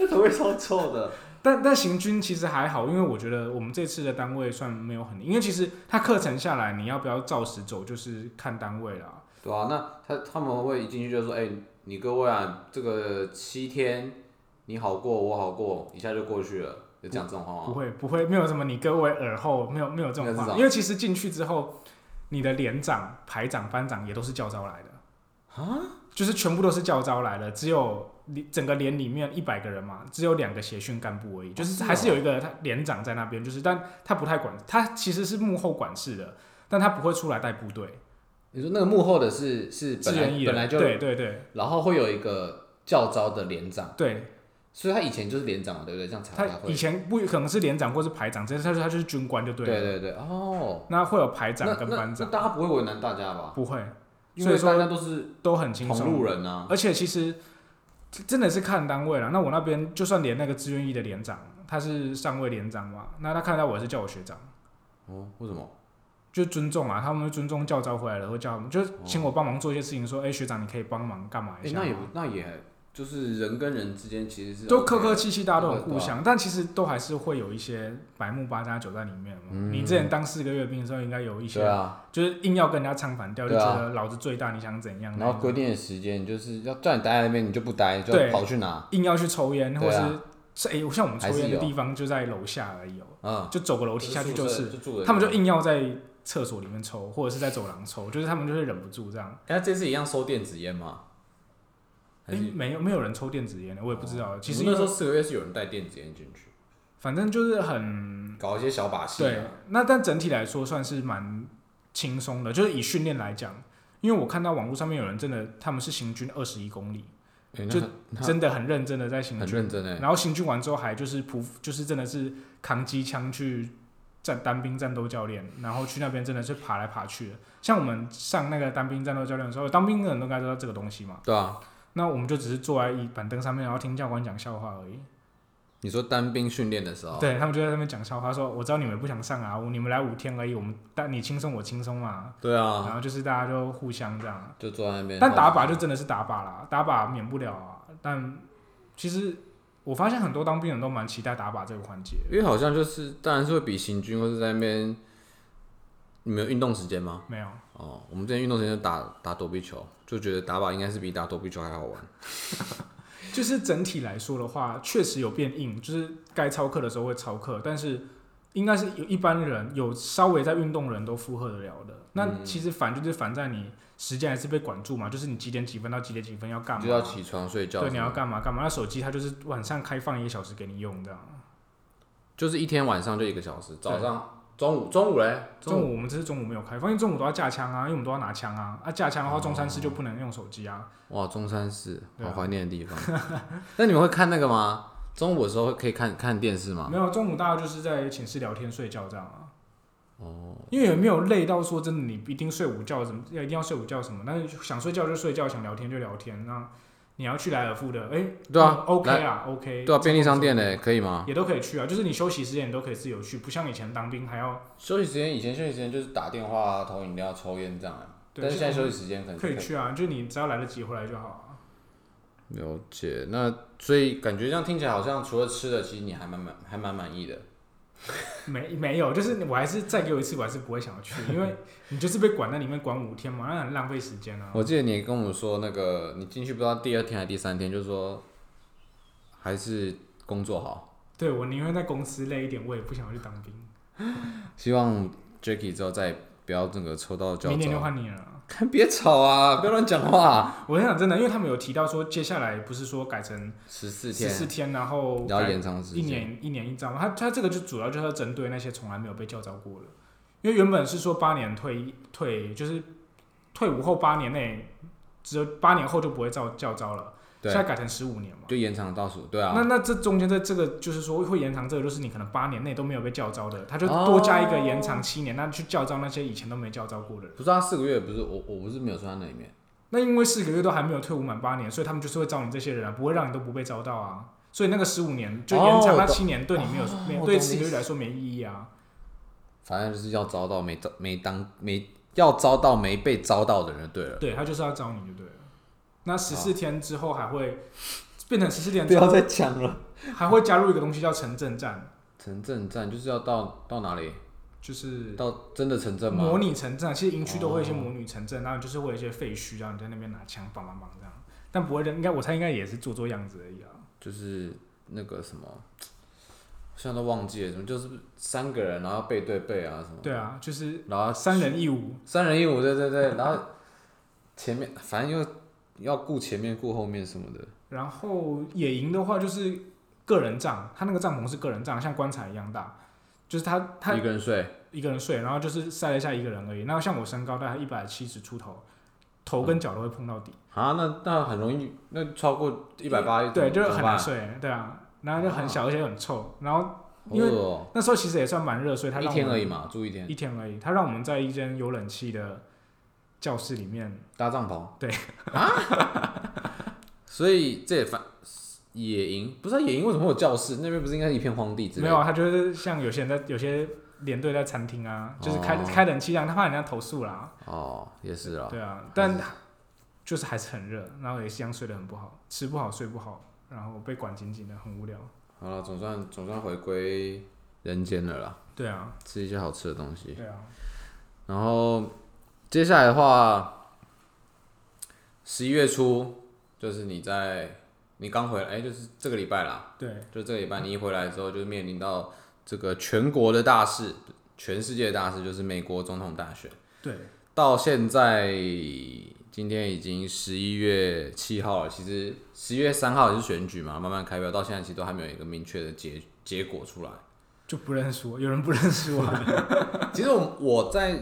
A: 那头盔超臭的。
B: 但但行军其实还好，因为我觉得我们这次的单位算没有很，因为其实它课程下来，你要不要照实走，就是看单位啦。
A: 对啊，那他他们会一进去就说：“哎、你各位啊，这个七天你好过，我好过，一下就过去了。”就讲这种话
B: 不
A: 吗？
B: 会不会，没有什么你各位耳后，没有没有这
A: 没
B: 种
A: 有这
B: 话，
A: 种
B: 因为其实进去之后，你的连长、排长、班长也都是教招来的啊，就是全部都是教招来的，只有你整个连里面一百个人嘛，只有两个协训干部而已，就
A: 哦是
B: 是
A: 哦
B: 还是有一个他连长在那边，就是但他不太管，他其实是幕后管事的，但他不会出来带部队。
A: 你说那个幕后的是是
B: 自
A: 本
B: 愿役
A: 来
B: 的
A: 本来就，
B: 对对对
A: 然后会有一个教招的连长，
B: 对，
A: 所以他以前就是连长嘛，对不对？这样才
B: 他
A: 才
B: 以
A: 啊会。
B: 前不可能是连长或是排长，这是他说他就是军官就对
A: 对
B: 了。
A: 对对，哦，
B: 那会有排
A: 那
B: 长跟
A: 那
B: 班
A: 那
B: 长，
A: 大家不会为难大家吧？
B: 不会，
A: 因为大家都是
B: 都很轻
A: 同
B: 松。
A: 路人啊，
B: 而且其实真的是看单位啦。那我那边就算连那个志愿役的连长，他是上尉连长嘛，那他看到我是叫我学长，
A: 哦，为什么？
B: 就尊重啊，他们尊重教招回来了会叫他们，就是请我帮忙做一些事情，说，哎、学长你可以帮忙干嘛
A: 哎、
B: 一下
A: 哦那也
B: 吗？
A: 那也就是人跟人之间其实是
B: 都
A: OK
B: 客
A: 的
B: 客气气，大家都很
A: 对
B: 互
A: 啊
B: 相，但其实都还是会有一些白目八加九在里面嘛。你之前当四个月兵的时候，应该有一
A: 嗯对
B: 些，
A: 啊，
B: 就是硬要跟人家唱反调，就
A: 对啊
B: 觉得老子最大，你想怎样？
A: 然后规定的时间就是要叫你待在那边，你就不待，就
B: 对
A: 要跑去哪？
B: 硬要去抽烟，或
A: 对
B: 是
A: 啊
B: 是哎、像我们抽
A: 还是
B: 烟的
A: 有
B: 地方就在楼下而已哦、
A: 嗯，
B: 就走个楼梯下去
A: 宿
B: 就
A: 舍
B: 是，
A: 就住人
B: 他们就硬要在厕所里面抽，或者是在走廊抽，就是他们就会忍不住这样。
A: 哎，那这次一样收电子烟吗？还
B: 哎、
A: 是哦
B: 没有没有人抽电子烟的，我也不知哎道。其实
A: 我们那时候四个月是有人带电子烟进去，
B: 反正就是很
A: 搞一些小把戏、
B: 对
A: 啊。，
B: 那但整体来说算是蛮轻松的，就是以训练来讲。因为我看到网络上面有人真的，他们是行军二十一公里，
A: 对
B: 就
A: 真
B: 真的很认真的在行
A: 很
B: 军，
A: 认真哎、
B: 然后行军完之后还就是匍，就是真的是扛机枪去战单兵战斗教练，然后去那边真的是爬来爬去的。像我们上那个单兵战斗教练的时候，当兵的人都该知道这个东西嘛。
A: 对啊，
B: 那我们就只是坐在一板凳上面，然后听教官讲笑话而已。
A: 你说单兵训练的时候，
B: 对他们就在那边讲笑话，说我知道你们不想上啊，我你们来五天而已，我们但你轻松我轻松嘛。
A: 对
B: 然
A: 啊，哦
B: 后就是大家就互相这样，
A: 就坐在那边。
B: 但打靶就真的是打靶啦，打靶免不了啊。但其实我发现很多当兵人都蛮期待打靶这个环节的，
A: 因为好像就是，当然是会比行军或是在那边，你们有运动时间吗？
B: 没有。
A: 哦，我们之前运动时间就打打躲避球，就觉得打靶应该是比打躲避球还好玩。
B: 就是整体来说的话，确实有变硬，就是该操课的时候会操课，但是应该是有一般人有稍微在运动人都负荷得了的。那
A: 嗯
B: 其实烦就是烦在你时间还是被管住嘛，就是你几点几分到几点几分要干嘛，
A: 就要起床睡觉什么
B: 对，
A: 的，
B: 你要干嘛干嘛。那手机它就是晚上开放一个小时给你用这样。
A: 就是一天晚上就一个小时，早上、中午、中午嘞，
B: 中午我们这次中午没有开放，因为中午都要架枪啊，因为我们都要拿枪啊。啊，架
A: 哦
B: 枪的话，中山市就不能用手机啊。
A: 哇，中山市
B: 对啊
A: 好怀念的地方。 那你们会看那个吗？中午的时候会可以看看电视吗？
B: 没有，中午大家就是在寝室聊天睡觉这样啊。
A: 哦，
B: 因为也没有累到说真的，你一定睡午觉什么，要一定要睡午觉什么，但是想睡觉就睡觉，想聊天就聊天。那你要去莱尔富的，哎、
A: 对啊
B: 嗯，OK
A: 来
B: 啊，OK，
A: 对啊，便利商店嘞，可以吗？
B: 也都可以去啊，就是你休息时间你都可以自由去，不像以前当兵还要
A: 休息时间以前休息时间就是打电话、啊投饮料、抽烟这样啊，
B: 对
A: 但是现在
B: 就是
A: 休息时间可能就
B: 可以去啊，就你只要来得及回来就好啊。
A: 了解，那所以感觉这样听起来好像除了吃的，其实你还蛮满，还蛮满意的。
B: 没没有，就是我还是再给我一次，我还是不会想要去，因为你就是被管在里面管五天嘛，那很浪费时间啊。
A: 我记得你跟我们说，那个你进去不知道第二天还是第三天，就是说还是工作好。
B: 对我宁愿在公司累一点，我也不想要去当兵。
A: 希望 Jacky 之后再也不要那个抽到教
B: 明年就
A: 招。
B: 换你了啊。
A: 看， 别吵啊！不要乱讲话。
B: 我跟你讲真的，因为他们有提到说，接下来不是说改成
A: 十四
B: 十
A: 天，
B: 四天，然后
A: 然后
B: 改
A: 延长时
B: 一
A: 间。
B: 年一年一张，他他这个就主要就是要针对那些从来没有被教招过的，因为原本是说八年退役退就是退伍后八年内，只有八年后就不会照教招了，现在
A: 对，
B: 改成十五年嘛。
A: 就延长倒数。对
B: 那
A: 啊，
B: 那这中间这这个就是说会延长，这个就是你可能八年内都没有被教招的，他就多加一个延长七
A: 哦
B: 年，那去教招那些以前都没教招过的人。
A: 不是他四个月，不是我，我不是没有算在那里面。
B: 那因为四个月都还没有退伍满八年，所以他们就是会招你这些人啊，不会让你都不被招到啊。所以那个十五年就延长
A: 哦
B: 他
A: 我懂
B: 七年，对你没有、
A: 哦
B: 没
A: 我懂
B: 对
A: 你
B: 四
A: 意
B: 个月
A: 思
B: 来说没意义啊。
A: 反正就是要招到没招没当没要招到没被招到的人就对哦了。
B: 对他就是要招你就对了。那十四天之后还会变成十四天
A: 不
B: 之
A: 要
B: 后，
A: 再讲了。
B: 还会加入一个东西叫城镇战，
A: 城镇站就是要到到哪里？
B: 就是
A: 到真的城镇吗？
B: 模拟城镇啊。其实营区都会有
A: 哦
B: 一些模拟城镇，然后就是会有一些废墟，然后你在那边拿枪梆梆梆这样。但不会认，应该我猜应该也是做做样子而已啊。
A: 嗯就是那个什么，我现在都忘记了，什么就是三个人，然后背对背啊什么。
B: 对啊，就是
A: 然后
B: 三人一伍，
A: 三人一舞，对对对，然后前面反正又要顾前面顾后面什么的。
B: 然后野营的话就是个人帐，他那个帐篷是个人帐，像棺材一样大，就是他他
A: 一个人睡，
B: 一个人睡，然后就是塞得下一个人而已。那像我身高大概一百七十出头，头跟脚都会碰到底，
A: 啊，那那很容易，那超过一百八，
B: 对，就是
A: 嗯怎
B: 很
A: 么办
B: 难睡，对啊，然后就很小，而且很臭。然后因为
A: 好恶哦
B: 那时候其实也算蛮热，所以他
A: 一
B: 让我
A: 天
B: 们
A: 而已嘛，住一天。
B: 一天而已，他让我们在一间有冷气的教室里面，
A: 搭帐篷，
B: 对
A: 啊， 所以这也反野营，不是、啊、野营为什么会有教室？那边不是应该是一片荒地之类
B: 没
A: 的？
B: 有啊，他就是像有些人在有些连队在餐厅啊，就是开、
A: 哦
B: 开冷气让他怕人家投诉啦，
A: 哦，也是啊，
B: 对啊，但就是还是很热，然后也是一样睡得很不好，吃不好睡不好，然后被管紧紧的，很无聊。
A: 好了，总算总算回归人间了啦，
B: 对啊，
A: 吃一些好吃的东西。
B: 对啊，
A: 然后接下来的话，十一月初就是你在你刚回来，哎、就是这个礼拜啦，
B: 对，
A: 就这个礼拜你一回来之后，就面临到这个全国的大事，全世界的大事，就是美国总统大选。
B: 对，
A: 到现在，今天已经十一月七号了，其实十一月三号也是选举嘛，慢慢开票，到现在其实都还没有一个明确的结结果出来。
B: 就不认识我，有人不认啊识我，
A: 其实我我在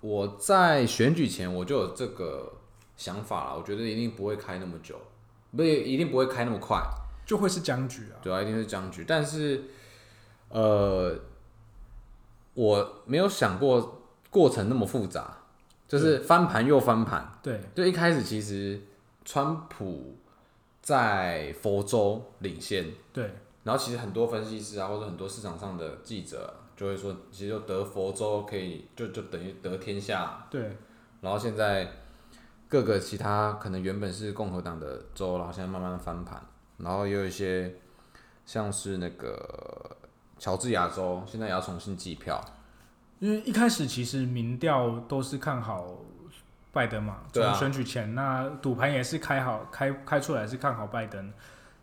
A: 我在选举前我就有这个想法了，我觉得一定不会开那么久，不是一定不会开那么快，
B: 就会是僵局啊。
A: 对啊，一定是僵局。但是，呃，我没有想过过程那么复杂，就是翻盘又翻盘。
B: 啊对，
A: 就一开始其实川普在佛州领先，
B: 对，
A: 然后其实很多分析师啊，或者很多市场上的记者啊、就会说，其实就得佛州可以就就等于得天下。
B: 对，
A: 然后现在各个其他可能原本是共和党的州，然后现在慢慢翻盘，然后也有一些像是那个乔治亚州，现在也要重新计票。
B: 因为一开始其实民调都是看好拜登嘛，
A: 对啊
B: 从选举前那赌盘也是开好开开出来是看好拜登，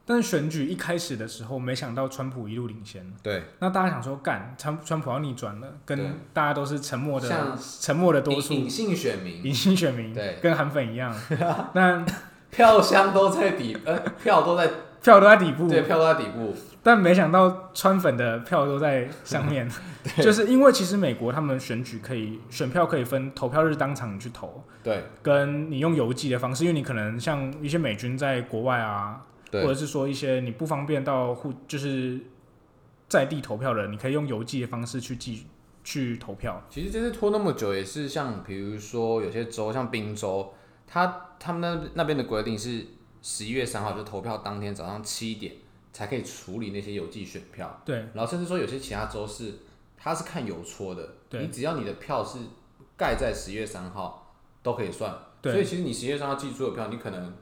B: 但是选举一开始的时候，没想到川普一路领先，
A: 对，
B: 那大家想说干川川普要逆转了，
A: 对
B: 跟大家都是沉默的
A: 像
B: 沉默的多数
A: 隐。性选民
B: 隐性选民
A: 对
B: 跟韩粉一样， 那
A: 票箱都在底，呃，票都在
B: 票都在底部，
A: 对，票都在底部。
B: 但没想到川粉的票都在上 面，就是因为其实美国他们选举可以选票可以分投票日当场你去投，
A: 对
B: 跟你用邮寄的方式，因为你可能像一些美军在国外啊，或
A: 对
B: 者是说一些你不方便到户就是在地投票的人，你可以用邮寄的方式去寄去投票。
A: 其实这次拖那么久，也是像比如说有些州，像宾州，他他们那那边的规定是十一月三号，就投票当天早上七点才可以处理那些邮寄选票，
B: 对
A: 然后甚至说有些其他州是他是看邮戳的，
B: 对
A: 你只要你的票是盖在十月三号都可以算，所以
B: 对，
A: 其实你十月三号寄出的票，你可能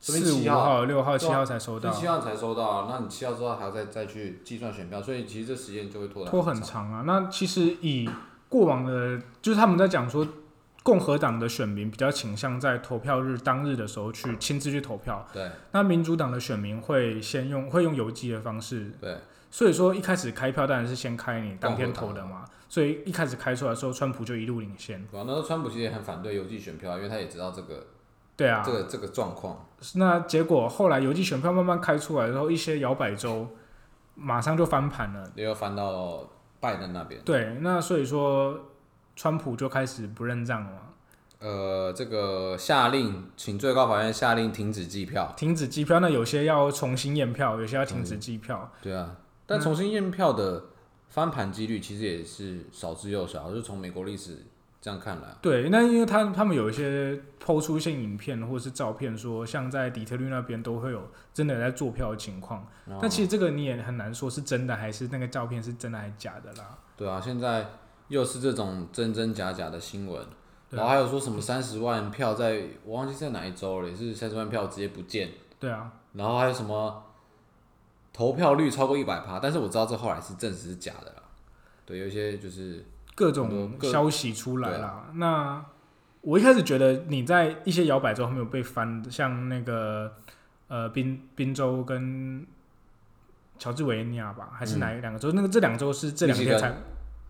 A: 这边
B: 四
A: 七
B: 五
A: 号
B: 号、六号、
A: 对
B: 七
A: 啊
B: 号才收
A: 是
B: 到，
A: 七号才收到啊，那你七号之后还要再再去计算选票，所以其实这时间就会拖得
B: 拖很长啊。那其实以过往的，就是他们在讲说，共和党的选民比较倾向在投票日当日的时候去亲自去投票，
A: 对
B: 那民主党的选民会先用会用邮寄的方式，
A: 对
B: 所以说一开始开票当然是先开你当天投
A: 共
B: 的嘛，所以一开始开出来的时候，川普就一路领先。
A: 对啊，那时候川普其实也很反对邮寄选票啊，因为他也知道这个、
B: 对啊
A: 这，个这个状况。
B: 那结果后来邮寄选票慢慢开出来之后，一些摇摆州马上就翻盘了。
A: 也有翻到拜登那边。
B: 对，那所以说川普就开始不认账了嘛。
A: 呃，这个下令，请最高法院下令停止计票。
B: 停止计票，那有些要重新验票，有些要停止计票。
A: 对啊，
B: 嗯
A: 但重新验票的翻盘几率其实也是少之又少，就从美国历史这样看来啊，
B: 对，那因为他他们有一些抛出一些影片或是照片说，像在底特律那边都会有真的在做票的情况。
A: 哦
B: 但其实这个你也很难说是真的还是那个照片是真的还是假的啦。
A: 对啊，现在又是这种真真假假的新闻，
B: 对啊
A: 然后还有说什么三十万票在，我忘记在哪一州了，也是三十万票直接不见，
B: 对啊，
A: 然后还有什么投票率超过一百趴，但是我知道这后来是证实是假的啦。对，有一些就是
B: 各
A: 很
B: 种
A: 多各
B: 消息出来
A: 对啊
B: 啦。那我一开始觉得你在一些摇摆州还没有被翻，像那个呃宾宾州跟乔治维尼亚吧，还是哪两个州？那个这两州是这两
A: 嗯密西
B: 天
A: 根
B: 才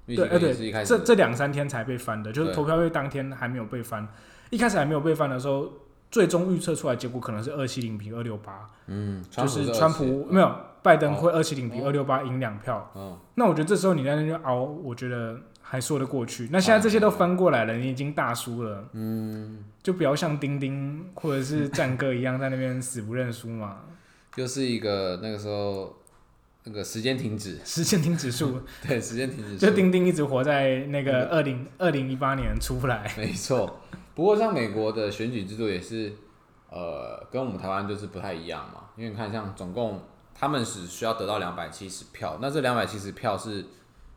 A: 密
B: 对
A: 西
B: 哎
A: 根
B: 对
A: 也是一开始
B: 这这两三天才被翻的，就是
A: 对
B: 投票日当天还没有被翻。一开始还没有被翻的时候，最终预测出来结果可能是二七零比二六八，
A: 嗯，
B: 就
A: 川普
B: 是
A: 20
B: 川普没有拜登会二七零比
A: 哦
B: 二六八赢两票。
A: 嗯，
B: 那我觉得这时候你在那边熬，我觉得还说得过去。那
A: 哎
B: 现在这些都翻过来了，你已经大输了，嗯，就不要像丁丁或者是战哥一样在那边死不认输嘛。
A: 又是一个那个时候那个时间停止，
B: 时间停指数，
A: 对，时间停止
B: 就
A: 数，
B: 丁丁一直活在
A: 那
B: 那个二零二零一八年出不来。
A: 没错。不过像美国的选举制度也是，呃，跟我们台湾就是不太一样嘛，因为你看像总共他们只需要得到两百七十票，那这两百七十票是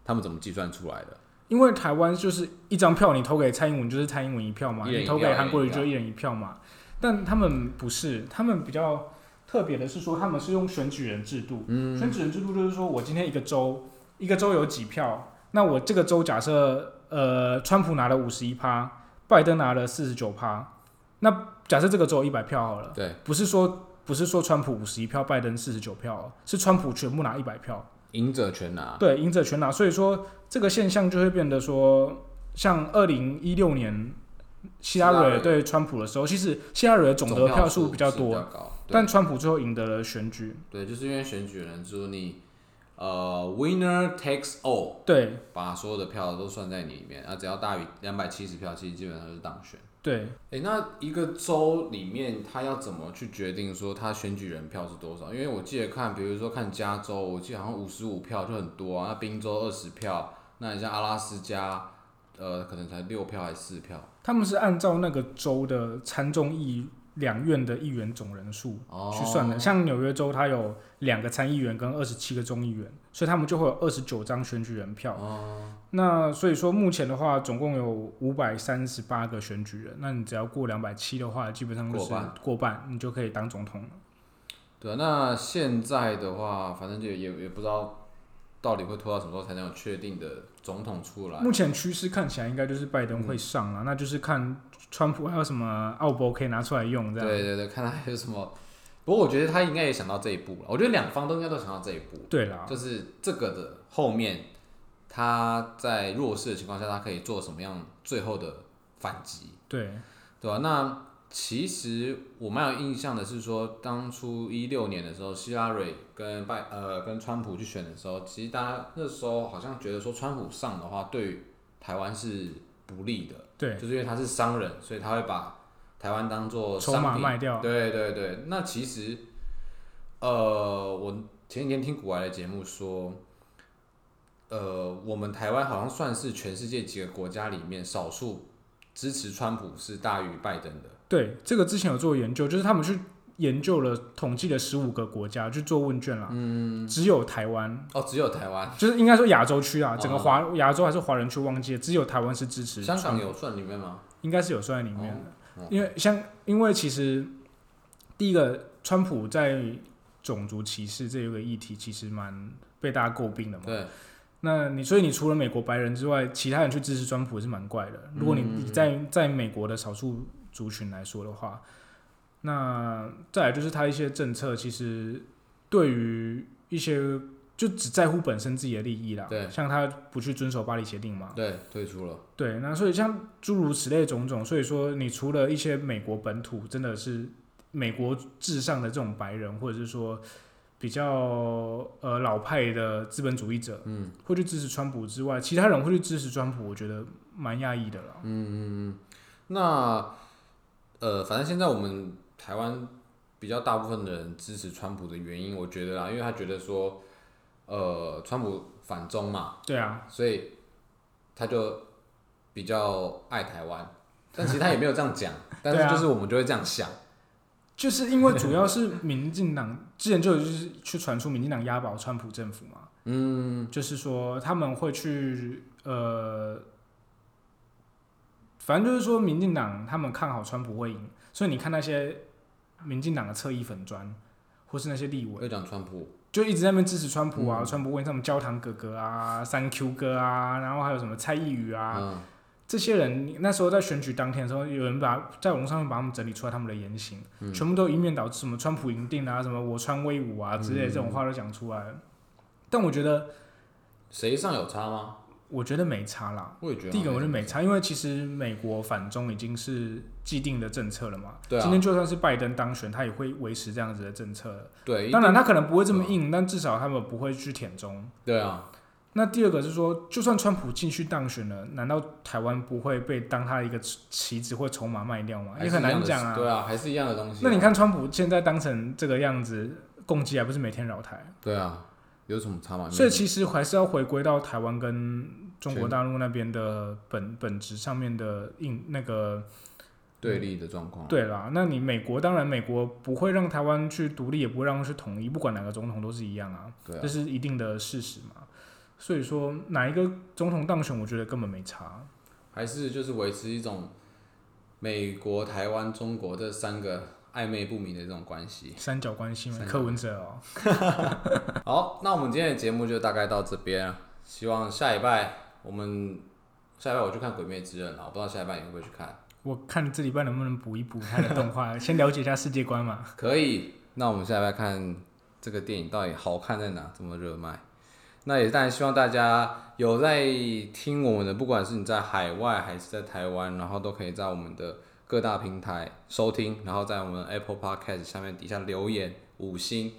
A: 他们怎么计算出来的？
B: 因为台湾就是一张票，你投给蔡英文就是蔡英文一票嘛，
A: 一人一
B: 你投
A: 票
B: 给韩国瑜
A: 一人一
B: 就
A: 票
B: 一人一票嘛。但他们不是，他们比较特别的是说，他们是用选举人制度。
A: 嗯
B: 选举人制度就是说我今天一个州，一个州有几票，那我这个州假设呃，川普拿了五十一趴，拜登拿了四十九趴，那假设这个州一百票好了，
A: 对，
B: 不是说不是说川普五十一票，拜登四十九票哦，是川普全部拿一百票。
A: 赢者全拿。
B: 对，赢者全拿。所以说这个现象就会变得说，像二零一六年希拉
A: 希拉
B: 蕊
A: 蕊
B: 对川普的时候，其实希拉蕊的总得
A: 票
B: 数比较
A: 是比较
B: 多，
A: 高，对
B: 但川普最后赢得了选举。
A: 对，就是因为选举人制度，你呃，winner takes all，
B: 对
A: 把所有的票都算在你里面，啊，只要大于两百七十票，其实基本上就是当选。
B: 对，
A: 诶，那一个州里面，他要怎么去决定说他选举人票是多少？因为我记得看，比如说看加州，我记得好像五十五票就很多啊，那宾州二十票，那你像阿拉斯加，呃，可能才六票还是四票
B: 他们是按照那个州的参众议两院的议员总人数
A: 哦，
B: 去算的。像纽约州，它有两个参议员跟二十七个众议员，所以他们就会有二十九张选举人票。
A: 哦
B: 那所以说，目前的话，总共有五百三十八个选举人。那你只要过两百七的话，基本上就是
A: 过半
B: 过半，你就可以当总统了。
A: 对啊，那现在的话，反正就也也不知道到底会拖到什么时候才能有确定的总统出来。嗯
B: 目前趋势看起来应该就是拜登会上啊了，那就是看川普还有什么奥博可以拿出来用这样。
A: 对对对，看他有什么。不过我觉得他应该也想到这一步了，我觉得两方都应该都想到这一步，
B: 对啦，
A: 就是这个的后面，他在弱势的情况下，他可以做什么样最后的反击，
B: 对
A: 对吧、啊那其实我蛮有印象的是说，当初一六年的时候，希拉蕊跟拜呃跟川普去选的时候，其实大家那时候好像觉得说川普上的话，对于台湾是不利的，
B: 对，
A: 就是因为他是商人，所以他会把台湾当做
B: 筹码
A: 商品
B: 卖掉。
A: 对对对，那其实，呃，我前几天听古玩的节目说，呃，我们台湾好像算是全世界几个国家里面少数支持川普是大于拜登的。
B: 对，这个之前有做研究，就是他们去研究了统计了十五个国家去做问卷啦，嗯，只有台湾，
A: 哦，只有台湾，
B: 就是应该说亚洲区啊，
A: 哦
B: 整个华亚洲还是华人区忘记了，只有台湾是支持，
A: 香港有算里面吗？
B: 应该是有算在里面的，
A: 哦
B: 因为像因为其实第一个川普在种族歧视这个议题其实蛮被大家诟病的嘛，
A: 对，
B: 那你所以你除了美国白人之外，其他人去支持川普也是蛮怪的。如果你你
A: 嗯
B: 在在美国的少数族群来说的话，那再来就是他一些政策，其实对于一些就只在乎本身自己的利益啦。
A: 对
B: 像他不去遵守巴黎协定嘛。
A: 对，退出了。
B: 对，那所以像诸如此类种种，所以说你除了一些美国本土真的是美国至上的这种白人，或者是说比较呃老派的资本主义者，
A: 嗯，
B: 会去支持川普之外，其他人会去支持川普，我觉得蛮讶异的了。
A: 那呃，反正现在我们台湾比较大部分的人支持川普的原因，我觉得啦，因为他觉得说，呃，川普反中嘛，
B: 对啊，
A: 所以他就比较爱台 湾，但其实他也没有这样讲，但
B: 对啊
A: 是就是我们就会这样想，
B: 就是因为主要是民进党之前就有就是去传出民进党押宝川普政府嘛，
A: 嗯，
B: 就是说他们会去呃，反正就是说民进党他们看好川普会赢，所以你看那些民进党的侧翼粉砖。或是那些立委
A: 又讲川普，
B: 就一直在那边支持川普啊，
A: 嗯
B: 川普问什么焦糖哥哥啊、三 Q 哥啊，然后还有什么蔡依宇啊，
A: 嗯，
B: 这些人那时候在选举当天的时候，有人把在网络上面把他们整理出来他们的言行，
A: 嗯
B: 全部都一面倒指什么川普赢定啊，什么我穿威武啊之类的
A: 嗯
B: 这种话都讲出来了。但我觉得，
A: 谁上有差吗？
B: 我觉得没差啦。
A: 我也觉得
B: 第一个
A: 好
B: 我
A: 像
B: 觉得没差，因为其实美国反中已经是既定的政策了嘛。
A: 对啊
B: 今天就算是拜登当选，他也会维持这样子的政策了。
A: 对，啊
B: 当
A: 一
B: 然，他可能不会这么硬，但至少他们不会去舔中。
A: 定对啊，
B: 那第二个是说，就算川普进去当选了，难道台湾不会被当他一个棋子或筹码卖掉吗？
A: 还
B: 也
A: 是
B: 很
A: 一样
B: 难
A: 的
B: 讲
A: 事
B: 啊。
A: 对啊，还是一样的东西啊，
B: 那你看川普现在当成这个样子，攻击还不是每天扰台？
A: 对啊，有什么差吗？
B: 所以
A: 没有
B: 其实还是要回归到台湾跟中国大陆那边的本本质上面的硬那个
A: 对立的状况。
B: 对啦，那你美国当然美国不会让台湾去独立，也不会让它去统一，不管哪个总统都是一样啊，
A: 对啊
B: 这，是一定的事实嘛。所以说哪一个总统当选，我觉得根本没差。。
A: 还是就是维持一种美国、台湾、中国这三个暧昧不明的这种关系
B: 三角关系嘛
A: 三，角
B: 柯文哲哦，
A: 好，那我们今天的节目就大概到这边啊，希望下礼拜我们下礼拜我去看《鬼灭之刃》了，我不知道下礼拜你会不会去看。
B: 我看这礼拜能不能补一补他的动画， 先了解一下世界观嘛。
A: 可以，那我们下礼拜看这个电影到底好看在哪，这么热卖。那也当然希望大家有在听我们的，不管是你在海外还是在台湾，然后都可以在我们的各大平台收听，然后在我们 Apple Podcast 下面底下留言五星，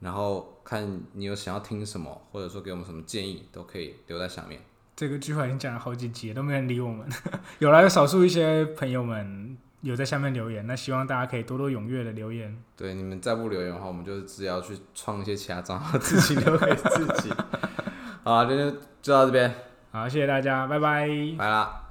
A: 然后看你有想要听什么，或者说给我们什么建议，都可以留在下面。
B: 这个句话已经讲了好几集了，都没人理我们。 有来少数一些朋友们有在下面留言，那希望大家可以多多踊跃的留言。
A: 对，你们再不留言的话，我们就是只要去创一些其他账号，自己留给自己。好啊，今天就到这边，
B: 好，谢谢大家，拜拜。
A: 拜啦。